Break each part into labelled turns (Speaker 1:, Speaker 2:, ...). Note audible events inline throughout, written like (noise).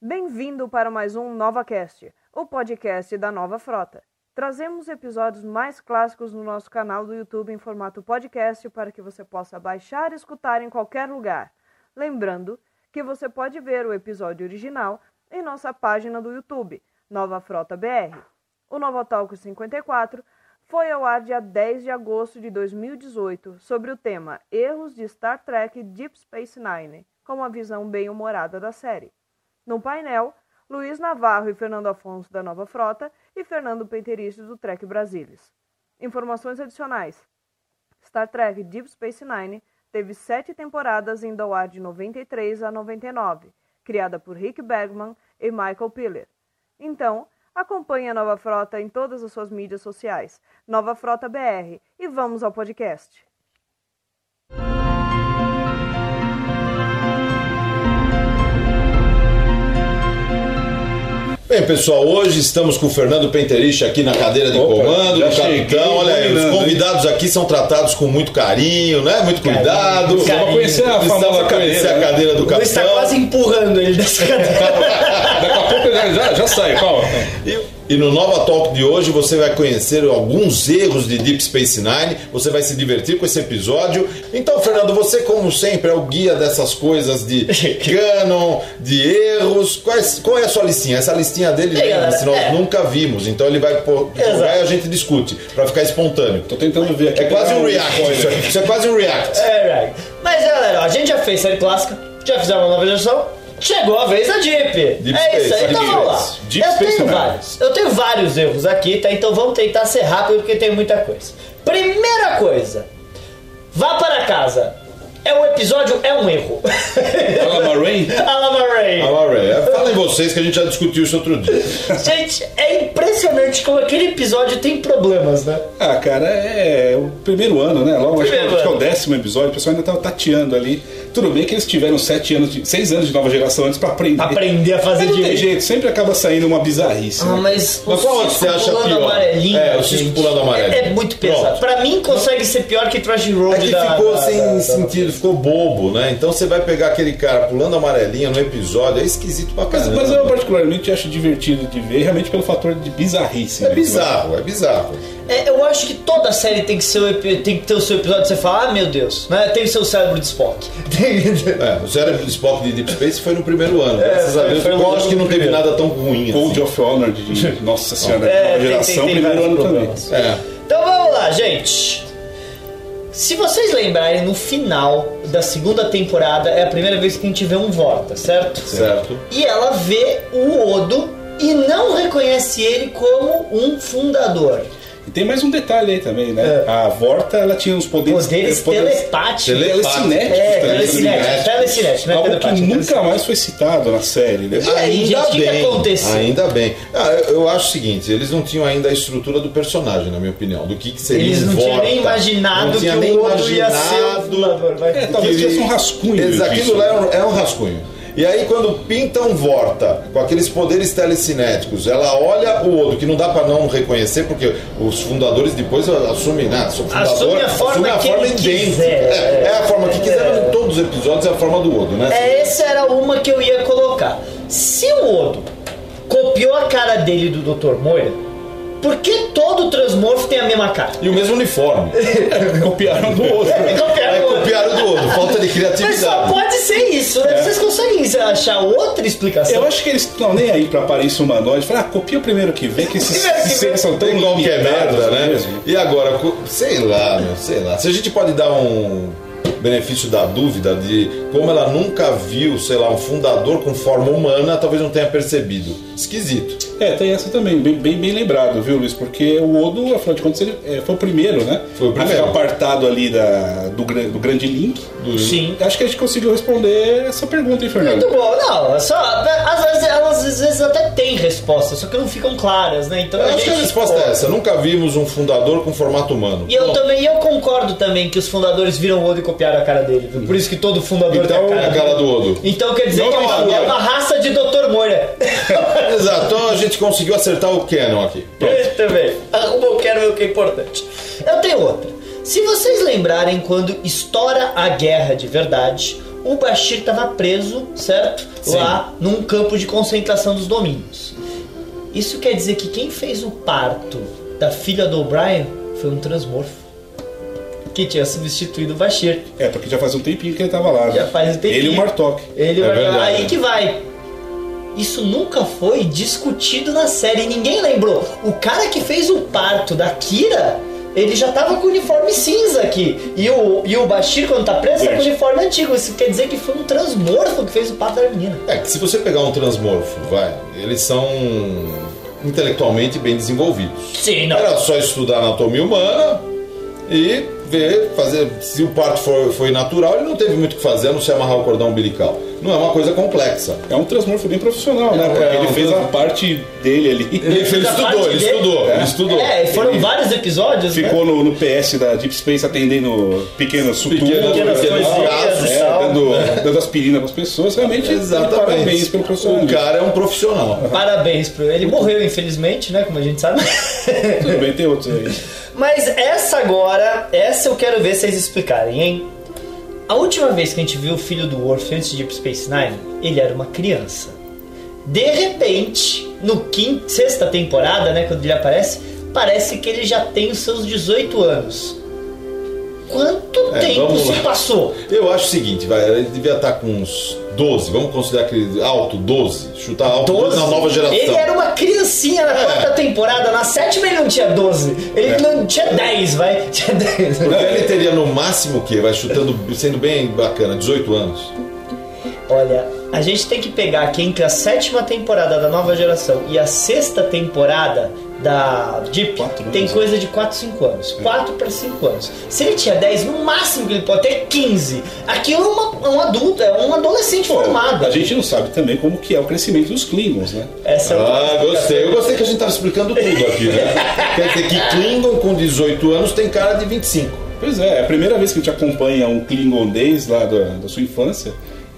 Speaker 1: Bem-vindo para mais um NovaCast, o podcast da Nova Frota. Trazemos episódios mais clássicos no nosso canal do YouTube em formato podcast para que você possa baixar e escutar em qualquer lugar. Lembrando que você pode ver o episódio original em nossa página do YouTube, Nova Frota BR. O Novotalk 54 foi ao ar dia 10 de agosto de 2018 sobre o tema Erros de Star Trek Deep Space Nine, com uma visão bem humorada da série. No painel, Luiz Navarro e Fernando Afonso da Nova Frota e Fernando Penteriste do Trek Brasilis. Informações adicionais. Star Trek Deep Space Nine teve sete temporadas indo ao ar de 93 a 99, criada por Rick Bergman e Michael Piller. Então, acompanhe a Nova Frota em todas as suas mídias sociais, Nova Frota BR, e vamos ao podcast.
Speaker 2: Bem, pessoal, hoje estamos com o Fernando Penterich aqui na cadeira de
Speaker 3: Opa,
Speaker 2: comando,
Speaker 3: já
Speaker 2: do capitão.
Speaker 3: cheguei
Speaker 2: Olha aí, os
Speaker 3: dominando,
Speaker 2: convidados aqui são tratados com muito carinho, né? Muito cuidado.
Speaker 3: Só pra conhecer a
Speaker 2: Precisamos
Speaker 3: famosa
Speaker 2: conhecer
Speaker 3: cadeira.
Speaker 2: a cadeira né? do
Speaker 4: O Luiz tá
Speaker 2: capitão.
Speaker 4: quase empurrando ele dessa cadeira.
Speaker 3: (laughs) Daqui a pouco já, já, já sai, calma.
Speaker 2: E no Nova Talk de hoje você vai conhecer alguns erros de Deep Space Nine, você vai se divertir com esse episódio. Então, Fernando, você, como sempre, é o guia dessas coisas
Speaker 4: (laughs)
Speaker 2: de canon, de erros. Quais- qual é a sua listinha? Essa listinha dele,
Speaker 4: É,
Speaker 2: lembra,
Speaker 4: galera,
Speaker 2: se nós
Speaker 4: é.
Speaker 2: nunca vimos. Então ele vai pôr jogar e a gente discute, pra ficar espontâneo.
Speaker 3: Tô tentando ver
Speaker 2: É
Speaker 3: aqui.
Speaker 2: quase um
Speaker 3: Ah,
Speaker 4: (laughs)
Speaker 2: react.
Speaker 3: spoiler.
Speaker 2: Isso é, isso é quase um react.
Speaker 4: É, right. Mas galera, ó, a gente já fez série clássica, já fizemos uma nova versão, chegou a vez da Deep.
Speaker 2: Deep
Speaker 4: é isso
Speaker 2: Space,
Speaker 4: aí, então
Speaker 2: Deep
Speaker 4: vamos lá.
Speaker 2: Space.
Speaker 3: Deep
Speaker 4: eu
Speaker 3: Space
Speaker 4: tenho
Speaker 3: Nine.
Speaker 4: vários. Eu tenho vários erros aqui, tá? Então vamos tentar ser rápido porque tem muita coisa. Primeira coisa, vá para casa. É um episódio, é um erro. (laughs)
Speaker 3: Fala, Marraine.
Speaker 4: Alama Ray.
Speaker 2: Agora, é, fala em vocês que a gente já discutiu isso outro dia.
Speaker 4: Gente, é impressionante como aquele episódio tem problemas, né?
Speaker 3: Ah, cara, é o primeiro ano, né? Logo, acho que, é-
Speaker 4: Primeiro
Speaker 3: acho que é o
Speaker 4: ano.
Speaker 3: décimo episódio, o pessoal ainda tava tateando ali. Tudo bem que eles tiveram sete anos, de, seis anos de nova geração antes pra aprender.
Speaker 4: Aprender a fazer
Speaker 3: Mas não tem
Speaker 4: direito.
Speaker 3: jeito, sempre acaba saindo uma bizarrice.
Speaker 4: Ah,
Speaker 3: né?
Speaker 4: mas,
Speaker 2: Mas
Speaker 4: o
Speaker 2: qual outro
Speaker 4: Cisco
Speaker 2: você acha
Speaker 4: pulando
Speaker 2: pior?
Speaker 4: amarelinho,
Speaker 2: É, o Cisco
Speaker 4: gente,
Speaker 2: pulando amarelo.
Speaker 4: É, é muito
Speaker 2: Pronto.
Speaker 4: pesado. Pra mim, consegue ser pior que Trash Road
Speaker 2: É que
Speaker 4: da,
Speaker 2: ficou
Speaker 4: da-
Speaker 2: sem
Speaker 4: da- da-
Speaker 2: sentido, ficou bobo, né? Então você vai pegar aquele cara pulando amarelinha no episódio, é esquisito pra
Speaker 3: Mas,
Speaker 2: caramba.
Speaker 3: mas eu particularmente acho divertido de ver, realmente pelo fator de bizarrice. né,
Speaker 2: É
Speaker 3: mesmo.
Speaker 2: bizarro, é bizarro.
Speaker 4: É, eu acho que toda série tem que, ser, o epi- tem que ter o seu episódio que você fala, ah, meu Deus, né? Tem o seu cérebro
Speaker 2: (laughs)
Speaker 4: de Spock. Tem-
Speaker 2: É, o cérebro de Spock de Deep Space foi no primeiro ano. Graças a
Speaker 4: É, foi-
Speaker 2: Deus,
Speaker 4: foi
Speaker 2: eu
Speaker 4: logo
Speaker 2: acho que não
Speaker 4: no
Speaker 2: teve
Speaker 4: primeiro.
Speaker 2: nada tão ruim
Speaker 3: Code
Speaker 2: assim.
Speaker 3: of Honor de
Speaker 4: (laughs)
Speaker 3: Nossa Senhora,
Speaker 4: É,
Speaker 3: nova
Speaker 4: tem-
Speaker 3: geração,
Speaker 4: tem- tem
Speaker 3: primeiro
Speaker 4: vários
Speaker 3: ano também.
Speaker 4: problemas.
Speaker 2: É.
Speaker 4: Então vamos lá, gente. Se vocês lembrarem, no final da segunda temporada é a primeira vez que a gente vê um Vorta, certo?
Speaker 2: Certo.
Speaker 4: E ela vê o Odo e não reconhece ele como um fundador.
Speaker 3: E tem mais um detalhe aí também, né?
Speaker 4: É.
Speaker 3: A Vorta, ela tinha uns poderes...
Speaker 4: Poderes telepáticos.
Speaker 2: tele- tipo,
Speaker 3: telecinéticos.
Speaker 4: É,
Speaker 3: também,
Speaker 4: telecinético, telecinético, não é
Speaker 3: tipo, Algo que
Speaker 4: telepático.
Speaker 3: nunca mais foi citado na
Speaker 2: (laughs)
Speaker 3: série, né?
Speaker 4: E aí, gente, o que que aconteceu?
Speaker 2: ainda bem. Ah, eu, eu acho o seguinte, eles não tinham ainda a estrutura do personagem, na minha opinião, do que, que seria
Speaker 4: Eles
Speaker 2: um
Speaker 4: não tinham
Speaker 2: Vorta.
Speaker 4: nem imaginado
Speaker 2: Não tinha
Speaker 4: que
Speaker 2: nem
Speaker 4: o Odo ia ser o
Speaker 2: imaginado.
Speaker 4: fundador. vai.
Speaker 3: É, talvez
Speaker 2: Que-
Speaker 3: tivesse um rascunho
Speaker 2: Exa-
Speaker 3: disso, né?
Speaker 2: Aquilo lá é um, é um rascunho. E aí, quando pinta um Vorta com aqueles poderes telecinéticos, ela olha o Odo, que não dá pra não reconhecer, porque os fundadores depois assumem, né? Sou fundador,
Speaker 4: Assume a forma
Speaker 2: assume a
Speaker 4: que
Speaker 2: forma
Speaker 4: ele
Speaker 2: idêntica.
Speaker 4: quiser.
Speaker 2: É, é a forma que quiser,
Speaker 4: É.
Speaker 2: mas em todos os episódios é a forma do Odo, né?
Speaker 4: É, essa era uma que eu ia colocar. Se o Odo copiou a cara dele do Dr. Moira, por que todo transmorfo tem a mesma cara?
Speaker 2: E o mesmo uniforme.
Speaker 3: Copiaram do outro.
Speaker 2: É
Speaker 4: Copiaram o Odo.
Speaker 2: copiar o do Odo, falta de
Speaker 4: Mas só
Speaker 2: criatividade.
Speaker 4: pode ser isso, né? Vocês conseguem achar outra explicação?
Speaker 3: É. Eu acho que eles não nem aí pra aparência humanoide. Falaram, ah, copia o primeiro que vem, que esses
Speaker 4: Primeiro que
Speaker 3: seres
Speaker 4: vem.
Speaker 3: são tão
Speaker 2: Tem qualquer
Speaker 3: limitados
Speaker 2: merda, né?
Speaker 3: é mesmo.
Speaker 2: E agora, co- sei lá, meu, sei lá. Se a gente pode dar um benefício da dúvida de como ela nunca viu, sei lá, um fundador com forma humana, talvez não tenha percebido. Esquisito.
Speaker 3: É, tem essa também, bem, bem, bem lembrado, viu, Luiz? Porque o Odo, afinal de contas, ele é, foi o primeiro, né?
Speaker 2: Foi o primeiro.
Speaker 3: A ficar apartado ali da, do, gran- do grande Link.
Speaker 2: Do-
Speaker 4: Sim.
Speaker 3: Acho que a gente conseguiu responder essa pergunta, hein,
Speaker 4: Muito
Speaker 3: Fernando?
Speaker 4: bom, não, é só, às vezes elas às vezes até têm resposta, só que não ficam claras, né? Então
Speaker 2: Eu acho
Speaker 4: gente
Speaker 2: que a resposta é essa. Nunca vimos um fundador com formato humano.
Speaker 4: E eu
Speaker 2: Pronto.
Speaker 4: também, e eu concordo também que os fundadores viram o Odo e copiaram a cara dele. viu? Por isso que todo fundador
Speaker 2: Então,
Speaker 4: tem a cara,
Speaker 2: é a cara do Odo.
Speaker 4: Então quer dizer
Speaker 2: Não,
Speaker 4: que é uma,
Speaker 2: não, não.
Speaker 4: é uma raça de Dr. Moira.
Speaker 2: Exato. Então a gente conseguiu acertar o Canon aqui. Pronto.
Speaker 4: Esse também. Arruma eu quero ver o que é importante. Eu tenho outra. Se vocês lembrarem quando estoura a guerra de verdade, o Bashir estava preso, certo?
Speaker 3: Sim.
Speaker 4: Lá num campo de concentração dos domínios. Isso quer dizer que quem fez o parto da filha do O'Brien foi um transmorfo que tinha substituído o Bashir.
Speaker 3: É, porque já faz um tempinho que ele tava lá.
Speaker 4: Já
Speaker 3: né?
Speaker 4: faz um tempinho.
Speaker 3: Ele e o Martok.
Speaker 4: Ele
Speaker 2: É
Speaker 4: vai
Speaker 2: verdade.
Speaker 4: aí que vai. Isso nunca foi discutido na série, ninguém lembrou. O cara que fez o parto da Kira, ele já tava com o uniforme cinza aqui. E o, e o Bashir, quando tá preso, tá com o
Speaker 3: Verde.
Speaker 4: uniforme antigo. Isso quer dizer que foi um transmorfo que fez o parto da menina.
Speaker 2: É que se você pegar um transmorfo, vai, eles são intelectualmente bem desenvolvidos.
Speaker 4: Sim, não.
Speaker 2: Era só estudar anatomia humana e ver, fazer. Se o parto for, foi natural, ele não teve muito o que fazer a não ser amarrar o cordão umbilical. Não é uma coisa complexa.
Speaker 3: É um transmorfo bem profissional, né? Porque
Speaker 2: é um
Speaker 3: ele fez a
Speaker 2: transmorfo.
Speaker 3: parte dele ali.
Speaker 2: Ele, ele
Speaker 4: Da
Speaker 2: estudou,
Speaker 4: parte
Speaker 2: ele
Speaker 4: dele-
Speaker 2: estudou,
Speaker 3: É.
Speaker 2: ele estudou.
Speaker 4: É, foram
Speaker 3: Ele-
Speaker 4: vários episódios, né?
Speaker 3: Ficou no, no PS da Deep Space atendendo pequenas suturas,
Speaker 2: Pequenas né?
Speaker 3: pequenas
Speaker 2: coisinhas,
Speaker 3: é,
Speaker 4: tal.
Speaker 3: dando, dando aspirina para as pessoas. Realmente, parabéns pelo
Speaker 2: O
Speaker 3: profissionalismo.
Speaker 2: cara é um profissional.
Speaker 4: Parabéns pro ele. Morreu, infelizmente, né? Como a gente sabe. (laughs)
Speaker 3: Tudo bem, tem outros aí.
Speaker 4: Mas essa agora, essa eu quero ver vocês explicarem, hein? A última vez que a gente viu o filho do Worf antes de Deep Space Nine, ele era uma criança. De repente, no quinta, sexta temporada, né, quando ele aparece, parece que ele já tem os seus 18 anos. Quanto
Speaker 2: É,
Speaker 4: tempo
Speaker 2: vamos
Speaker 4: se
Speaker 2: lá.
Speaker 4: passou?
Speaker 2: Eu acho o seguinte, vai, ele devia estar com uns 12, vamos considerar aquele alto, 12, chutar alto 12 na nova geração.
Speaker 4: Ele era uma criancinha na
Speaker 2: É.
Speaker 4: quarta temporada, na sétima ele não tinha 12. Ele não tinha 10, vai. Tinha 10.
Speaker 2: Porque ele teria no máximo o quê? Vai chutando, sendo bem bacana, 18 anos.
Speaker 4: Olha, a gente tem que pegar que entre a sétima temporada da nova geração e a sexta temporada da Deep
Speaker 3: Quatro anos,
Speaker 4: tem
Speaker 3: né?
Speaker 4: coisa de 4, 5 anos. 4 para 5 anos. Se ele tinha 10, no máximo que ele pode ter 15. Aquilo é uma- é um adulto, é um adolescente formado.
Speaker 3: A gente não sabe também como que é o crescimento dos Klingons, né?
Speaker 4: Essa é outra
Speaker 2: Ah, gostei. Eu gostei que a gente tava explicando tudo aqui, né? Quer dizer que Klingon com 18 anos tem cara de 25.
Speaker 3: Pois é, é a primeira vez que a gente acompanha um Klingon desde lá da, da sua infância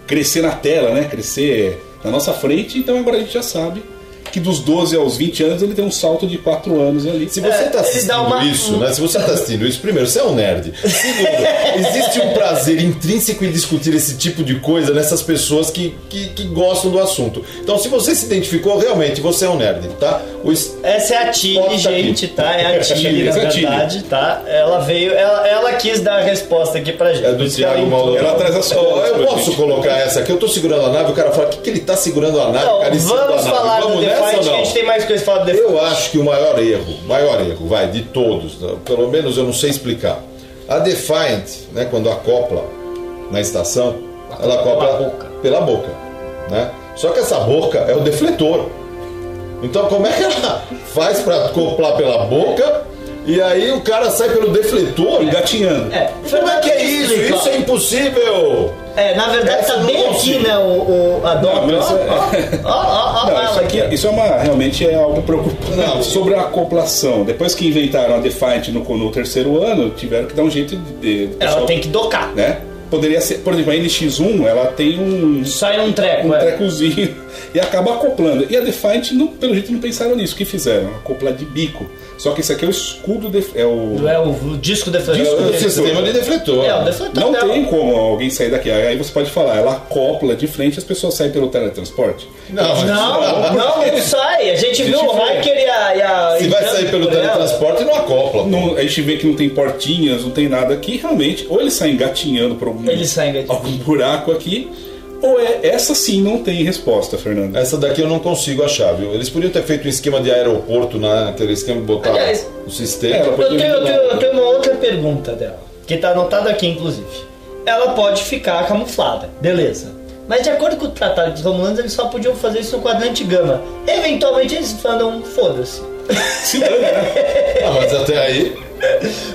Speaker 3: crescer na tela, né? Crescer na nossa frente, então agora a gente já sabe que dos 12 aos 20 anos ele tem um salto de 4 anos ali.
Speaker 2: Se você
Speaker 4: É,
Speaker 2: tá
Speaker 4: ele
Speaker 2: assistindo
Speaker 4: dá uma-
Speaker 2: isso, né? Se você
Speaker 4: (laughs)
Speaker 2: tá assistindo isso, primeiro, você é um nerd. Segundo, existe um prazer intrínseco em discutir esse tipo de coisa nessas pessoas que, que, que gostam do assunto. Então, se você se identificou, realmente você é um nerd, tá? O es-
Speaker 4: Essa é a Tilly,
Speaker 2: Bota
Speaker 4: gente,
Speaker 2: aqui.
Speaker 4: tá?
Speaker 2: (laughs)
Speaker 4: É a Tilly, na
Speaker 3: Essa é a Tilly.
Speaker 4: verdade, tá? Ela veio, ela, ela quis dar a resposta aqui pra gente.
Speaker 2: É do Thiago Mauro.
Speaker 3: Ela traz as
Speaker 2: Ó,
Speaker 3: coisas
Speaker 2: Eu
Speaker 3: pra
Speaker 2: posso
Speaker 3: gente.
Speaker 2: colocar essa aqui. Eu tô segurando a nave, o cara fala: o que, que ele tá segurando a nave?
Speaker 4: Então,
Speaker 2: acariciando a
Speaker 4: vamos
Speaker 2: nave?"
Speaker 4: falar do
Speaker 2: Vamos
Speaker 4: The
Speaker 2: nessa
Speaker 4: Fight,
Speaker 2: ou
Speaker 4: que a
Speaker 2: não?
Speaker 4: gente tem mais coisa pra falar do The Fight.
Speaker 2: Eu acho que o maior erro, maior erro, vai, de todos, né, pelo menos eu não sei explicar. A Defiant, né, quando acopla na estação, ela acopla
Speaker 4: pela boca.
Speaker 2: pela boca, né? Só que essa boca é o defletor. Então como é que ela (laughs) faz para acoplar pela boca e aí o cara sai pelo defletor?
Speaker 3: Engatinhando.
Speaker 4: É,
Speaker 2: Como é que é isso?
Speaker 4: Explica.
Speaker 2: Isso é impossível!
Speaker 4: É, na verdade
Speaker 2: Essa
Speaker 4: tá
Speaker 2: eu
Speaker 4: bem
Speaker 2: não
Speaker 4: aqui,
Speaker 2: consigo.
Speaker 4: né, o, o, a dobra.
Speaker 3: mas
Speaker 4: Ó,
Speaker 3: é-
Speaker 4: ó, ó, ó, ó,
Speaker 3: Não,
Speaker 4: ela
Speaker 3: isso,
Speaker 4: aqui. ó.
Speaker 3: aqui- isso é uma, realmente é algo preocupante.
Speaker 2: Não.
Speaker 3: Sobre a acoplação, depois que inventaram a Defiant no, no terceiro ano, tiveram que dar um jeito de. de
Speaker 4: Ela tem que docar.
Speaker 3: né? Poderia ser, por exemplo, a NX1 ela tem um,
Speaker 4: Sai num treco,
Speaker 3: um
Speaker 4: é.
Speaker 3: trecozinho e acaba acoplando. E a Defiant, não, pelo jeito, não pensaram nisso. O que fizeram? Acoplar de bico. Só que isso aqui é o escudo. De, é o,
Speaker 4: Não é o, o disco defletor.
Speaker 2: É
Speaker 3: Disco
Speaker 2: o
Speaker 3: defletor.
Speaker 2: sistema de defletor.
Speaker 4: É, o defletor
Speaker 3: Não
Speaker 4: dela.
Speaker 3: tem como alguém sair daqui. Aí você pode falar, ela acopla de frente e as pessoas saem pelo teletransporte.
Speaker 2: Não,
Speaker 4: Não, não, não sai. A gente viu o
Speaker 3: tiver-
Speaker 4: Hiker e a... E a
Speaker 2: (laughs) Se
Speaker 4: e
Speaker 2: vai
Speaker 4: a-
Speaker 2: sair pelo
Speaker 4: por ela.
Speaker 2: teletransporte, não acopla.
Speaker 3: Não- a gente vê que não tem portinhas, não tem nada aqui, realmente, ou ele sai engatinhando por algum,
Speaker 4: Ele sai engatinhando.
Speaker 3: algum buraco aqui, ou é essa sim não tem resposta, Fernando.
Speaker 2: Essa daqui eu não consigo achar, viu? Eles podiam ter feito um esquema de aeroporto, né? aquele esquema de botar
Speaker 4: Aliás,
Speaker 2: o sistema.
Speaker 3: é,
Speaker 4: Eu tenho, eu tenho- eu tenho uma outra pergunta dela, que tá anotada aqui, inclusive. Ela pode ficar camuflada, beleza. Mas de acordo com o Tratado dos Romulanos, eles só podiam fazer isso no quadrante gama. Eventualmente eles falam, foda-se. (laughs)
Speaker 3: Se dane, né?
Speaker 2: Ah, mas até aí.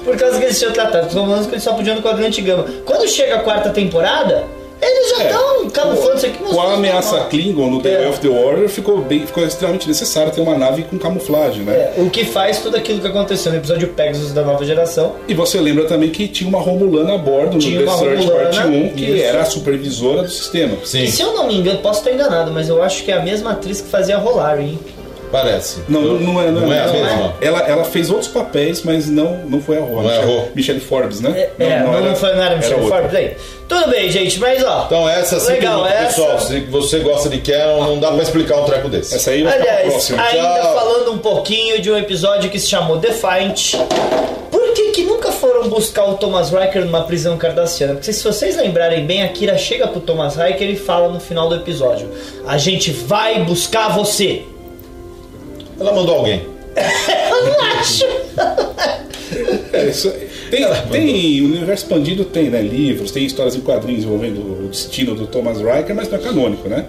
Speaker 4: Por causa que eles tinham tratado os romanos que eles só podiam no quadrante gama. Quando chega a quarta temporada, eles já
Speaker 3: É.
Speaker 4: estão camuflando isso aqui. mas
Speaker 3: Com
Speaker 4: não
Speaker 3: a
Speaker 4: tá
Speaker 3: ameaça
Speaker 4: mal.
Speaker 3: Klingon no The
Speaker 4: É.
Speaker 3: Way of the Warrior ficou, bem, ficou extremamente necessário ter uma nave com camuflagem, né?
Speaker 4: É, o que faz tudo aquilo que aconteceu no episódio Pegasus da nova geração.
Speaker 3: E você lembra também que tinha uma Romulana a bordo no
Speaker 4: Tinha
Speaker 3: The
Speaker 4: uma
Speaker 3: Search
Speaker 4: Romulana,
Speaker 3: Part 1, que
Speaker 4: isso.
Speaker 3: era a supervisora do sistema.
Speaker 4: E
Speaker 2: Sim.
Speaker 4: se eu não me engano, posso estar enganado, mas eu acho que é a mesma atriz que fazia rolar, hein?
Speaker 2: Parece.
Speaker 3: Não, não, não é, não,
Speaker 2: Não é
Speaker 3: é,
Speaker 2: a
Speaker 3: não
Speaker 2: mesma.
Speaker 3: Ela, ela fez outros papéis, mas não, não foi a Rô.
Speaker 2: Não é a Rô.
Speaker 3: Michelle- Michelle Forbes, né?
Speaker 4: É, é, não,
Speaker 3: era-
Speaker 4: foi nada
Speaker 3: era
Speaker 4: Michelle
Speaker 3: outra.
Speaker 4: Forbes aí. Tudo bem, gente, mas ó.
Speaker 2: Então essa sim
Speaker 4: Legal,
Speaker 2: muito,
Speaker 4: essa-
Speaker 2: pessoal. Se você gosta de Canon, não dá pra explicar um treco desse.
Speaker 3: Essa aí vai ficar pra
Speaker 4: Aliás,
Speaker 3: próxima.
Speaker 4: ainda
Speaker 2: Tchau.
Speaker 4: falando um pouquinho de um episódio que se chamou Defiant. Por que, que nunca foram buscar o Thomas Riker numa prisão cardassiana? Porque se vocês lembrarem bem, a Kira chega pro Thomas Riker e fala no final do episódio: A gente vai buscar você.
Speaker 2: Ela mandou alguém.
Speaker 4: Eu acho.
Speaker 3: É, isso- tem,
Speaker 2: Ah,
Speaker 3: tem- o universo expandido tem, né? Livros, tem histórias em quadrinhos envolvendo o destino do Thomas Riker, mas não é canônico, né?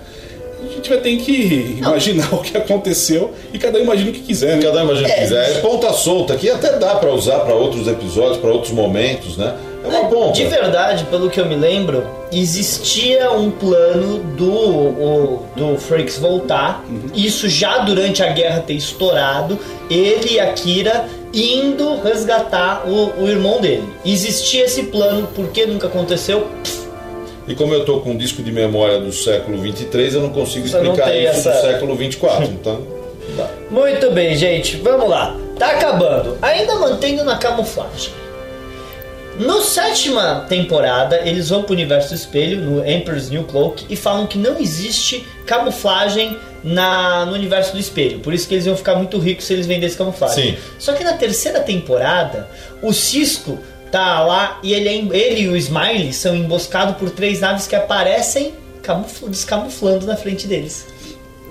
Speaker 3: A gente vai ter que imaginar (laughs) o que aconteceu e cada um imagina o que quiser, né?
Speaker 2: Cada imagina o que quiser. É ponta solta que até dá pra usar pra outros episódios, pra outros momentos, né? É uma ponta.
Speaker 4: De verdade, pelo que eu me lembro, existia um plano do, o- do Frakes voltar,
Speaker 2: Uhum.
Speaker 4: isso já durante a guerra ter estourado, ele e a Kira indo resgatar o, o irmão dele. Existia esse plano, por que nunca aconteceu?
Speaker 2: E como eu tô com um disco de memória do século 23, eu não consigo
Speaker 4: Você não
Speaker 2: explicar
Speaker 4: tem
Speaker 2: isso do
Speaker 4: essa-
Speaker 2: século 24. Então,
Speaker 4: Muito bem, gente, vamos lá. Tá acabando. Ainda mantendo na camuflagem. No sétima temporada, eles vão pro universo do espelho, no Emperor's New Cloak, e falam que não existe camuflagem na, no universo do espelho. Por isso que eles iam ficar muito ricos se eles vendessem camuflagem.
Speaker 2: Sim.
Speaker 4: Só que na terceira temporada, o Cisco tá lá e ele, é em- ele e o Smiley são emboscados por três naves que aparecem camufla- descamuflando na frente deles.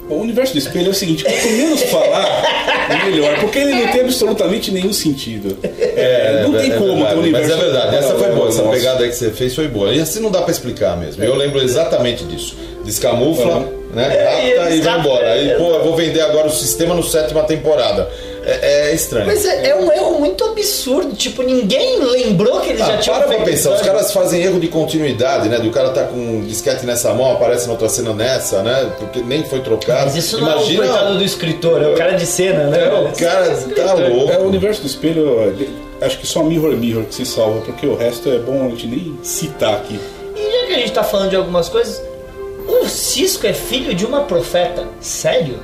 Speaker 3: Bom, o universo do espelho é o seguinte: quanto menos falar, é melhor, porque ele não tem absolutamente nenhum sentido. É, não tem
Speaker 2: é
Speaker 3: como
Speaker 2: verdade,
Speaker 3: ter um universo.
Speaker 2: Mas é verdade, essa foi boa, essa
Speaker 3: Nossa.
Speaker 2: pegada aí que você fez foi boa. E assim não dá pra explicar mesmo. Eu lembro exatamente disso. Descamufla,
Speaker 3: Uhum.
Speaker 2: né?
Speaker 4: É, e
Speaker 2: Rapta e
Speaker 4: eles
Speaker 2: vai
Speaker 4: raptam,
Speaker 2: embora.
Speaker 4: é,
Speaker 2: Aí, pô, eu vou vender agora o sistema no sétima temporada. É, é estranho.
Speaker 4: Mas é, é um erro muito absurdo. Tipo, ninguém lembrou que eles já
Speaker 2: Ah,
Speaker 4: tinham
Speaker 2: para pra
Speaker 4: feito né?
Speaker 2: pensar, os
Speaker 4: episódio.
Speaker 2: caras fazem erro de continuidade, né? Do cara tá com um disquete nessa mão, aparece na outra cena nessa, né? Porque nem foi trocado.
Speaker 4: Mas isso não
Speaker 2: Imagina,
Speaker 4: é o coitado do escritor, é o cara de cena, né?
Speaker 2: é, o cara tá louco.
Speaker 3: É, o universo do espelho, ele- acho que só Mirror Mirror que se salva, porque o resto é bom a gente nem citar aqui.
Speaker 4: E já que a gente tá falando de algumas coisas, o Cisco é filho de uma profeta. Sério?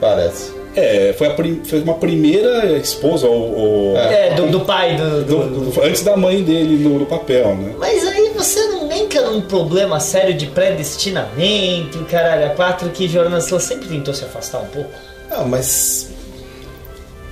Speaker 2: Parece.
Speaker 3: É, foi, a prim- foi uma primeira esposa, o, o-
Speaker 4: É, do, do pai do, do-
Speaker 3: do- do- antes da mãe dele no, no papel, né?
Speaker 4: Mas aí você não entra num problema sério de predestinamento, e o caralho, a quatro que Jordan Slan sempre tentou se afastar um pouco.
Speaker 2: Ah, mas.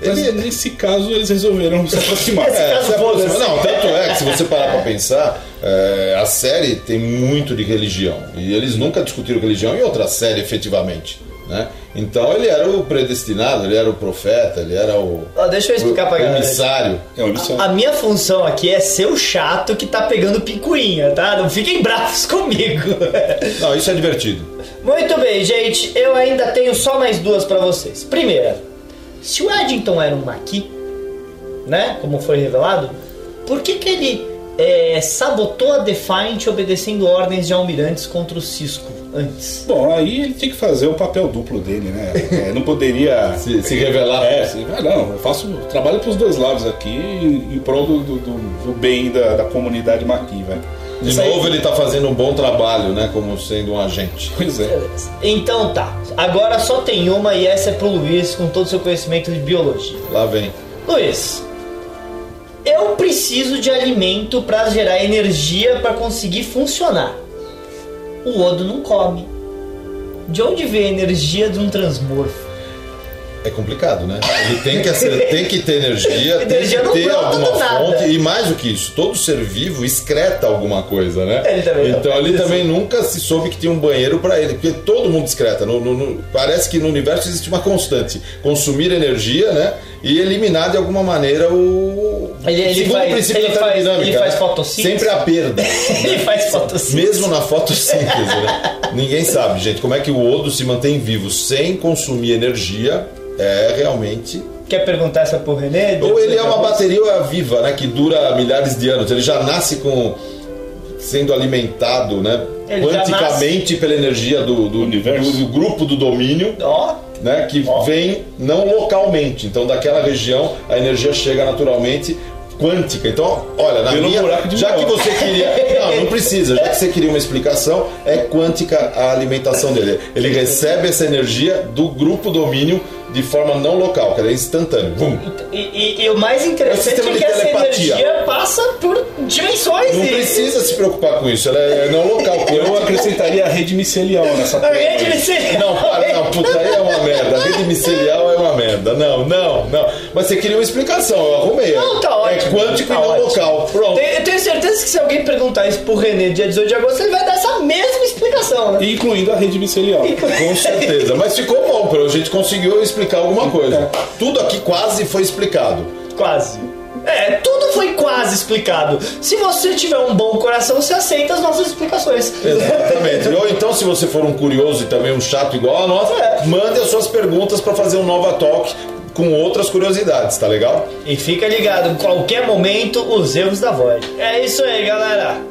Speaker 3: Mas
Speaker 2: Ele-
Speaker 3: nesse caso eles resolveram se aproximar.
Speaker 2: É,
Speaker 4: caso assim.
Speaker 2: se aproxima.
Speaker 4: foda-se.
Speaker 2: Não, tanto é que se você parar pra pensar, é, a série tem muito de religião. E eles nunca discutiram religião em outra série, efetivamente. Né? Então ele era o predestinado, ele era o profeta, ele era o.
Speaker 4: Ó, deixa eu explicar pra
Speaker 2: o
Speaker 4: galera.
Speaker 2: Emissário.
Speaker 3: É, olha só.
Speaker 4: A minha função aqui é ser o chato que tá pegando picuinha, tá? Não fiquem bravos (laughs) comigo.
Speaker 2: Não, isso é divertido.
Speaker 4: Muito bem, gente, eu ainda tenho só mais duas pra vocês. Primeira, se o Eddington era um Maquis, né, como foi revelado, por que que ele é, sabotou a Defiant obedecendo ordens de almirantes contra o Cisco antes?
Speaker 3: Bom, aí ele tem que fazer o papel duplo dele, né? É, não
Speaker 4: (laughs)
Speaker 3: poderia.
Speaker 2: Se, se revelar.
Speaker 3: É, assim, ah, não, eu faço eu trabalho pros dois lados aqui em, em prol do, do- do- do bem da, da comunidade maqui, velho.
Speaker 2: De
Speaker 3: Isso aí-
Speaker 2: novo, ele tá fazendo um bom trabalho, né? Como sendo um agente.
Speaker 3: Pois é.
Speaker 4: Então tá, agora só tem uma e essa é pro Luiz com todo o seu conhecimento de biologia.
Speaker 2: Lá vem.
Speaker 4: Luiz, eu preciso de alimento para gerar energia para conseguir funcionar. O Odo não come. De onde vem a energia de um transmorfo? (laughs)
Speaker 2: É complicado, né? Ele tem que, acer- tem que ter
Speaker 4: (laughs)
Speaker 2: energia, tem
Speaker 4: Energia
Speaker 2: que
Speaker 4: não
Speaker 2: ter
Speaker 4: brota
Speaker 2: alguma
Speaker 4: do nada.
Speaker 2: fonte. E mais do que isso, todo ser vivo excreta alguma coisa, né?
Speaker 4: Ele também não.
Speaker 2: então ele também nunca se soube que tinha um banheiro pra ele, porque todo mundo excreta. No- no- no- parece que no universo existe uma constante: consumir energia, né? E eliminar de alguma maneira o.
Speaker 4: Ele- ele
Speaker 2: Segundo
Speaker 4: faz-
Speaker 2: o princípio
Speaker 4: ele
Speaker 2: da
Speaker 4: faz-
Speaker 2: termodinâmica,
Speaker 4: ele faz
Speaker 2: né?
Speaker 4: fotossíntese?
Speaker 2: Sempre a perda.
Speaker 4: Ele faz assim. fotossíntese.
Speaker 2: Mesmo na fotossíntese, né? Ninguém sabe, gente, como é que o Odo se mantém vivo sem consumir energia. É realmente.
Speaker 4: Quer perguntar essa pro René?
Speaker 2: Ou ele é uma
Speaker 4: Depois-
Speaker 2: bateria viva, né? Que dura milhares de anos. Ele já nasce com. sendo alimentado, né?
Speaker 4: Ele já
Speaker 2: quanticamente pela energia do, do
Speaker 3: Universo.
Speaker 2: do- do grupo do domínio,
Speaker 4: Ó,
Speaker 2: né? Que vem não localmente. Então daquela região a energia chega naturalmente. quântica. Então, olha, na
Speaker 3: Pelo
Speaker 2: minha,
Speaker 3: buraco de
Speaker 2: já que
Speaker 3: minhoca.
Speaker 2: você queria,
Speaker 3: (laughs)
Speaker 2: não, não precisa. Já que você queria uma explicação, é quântica a alimentação dele. Ele recebe essa energia do grupo domínio de forma não local, que é instantâneo. Bum.
Speaker 4: E, e- e o mais
Speaker 2: É o
Speaker 4: interessante
Speaker 2: sistema
Speaker 4: é
Speaker 2: de
Speaker 4: que essa
Speaker 2: telepatia.
Speaker 4: energia passa por dimensões.
Speaker 2: Não
Speaker 4: e-
Speaker 2: precisa se preocupar com isso. Ela é não local.
Speaker 3: Eu
Speaker 2: quântica.
Speaker 3: acrescentaria a rede micelial nessa
Speaker 4: A
Speaker 3: porra.
Speaker 4: rede micelial.
Speaker 2: Não, para, não, puta, aí é uma merda. A rede micelial é uma merda. Não, não, não. Mas você queria uma explicação, eu arrumei.
Speaker 4: Não, tá ótimo.
Speaker 2: É quântico
Speaker 4: Tá
Speaker 2: e não
Speaker 4: ótimo.
Speaker 2: local. Pronto.
Speaker 4: (laughs) Tem- Eu tenho certeza que se alguém perguntar isso pro René dia 18 de agosto, ele vai dar essa mesma explicação, né?
Speaker 3: Incluindo a rede micelial.
Speaker 2: Com certeza. Mas ficou bom, pelo jeito conseguiu explicar alguma coisa. Tudo aqui quase foi explicado.
Speaker 4: Quase. É, tudo foi quase explicado. Se você tiver um bom coração, você aceita as nossas explicações.
Speaker 2: Exatamente. Ou então, se você for um curioso e também um chato igual a nós,
Speaker 4: É.
Speaker 2: mande as suas perguntas pra fazer um Nova Talk com outras curiosidades, tá legal?
Speaker 4: E fica ligado, qualquer momento, os erros da voz. É isso aí, galera.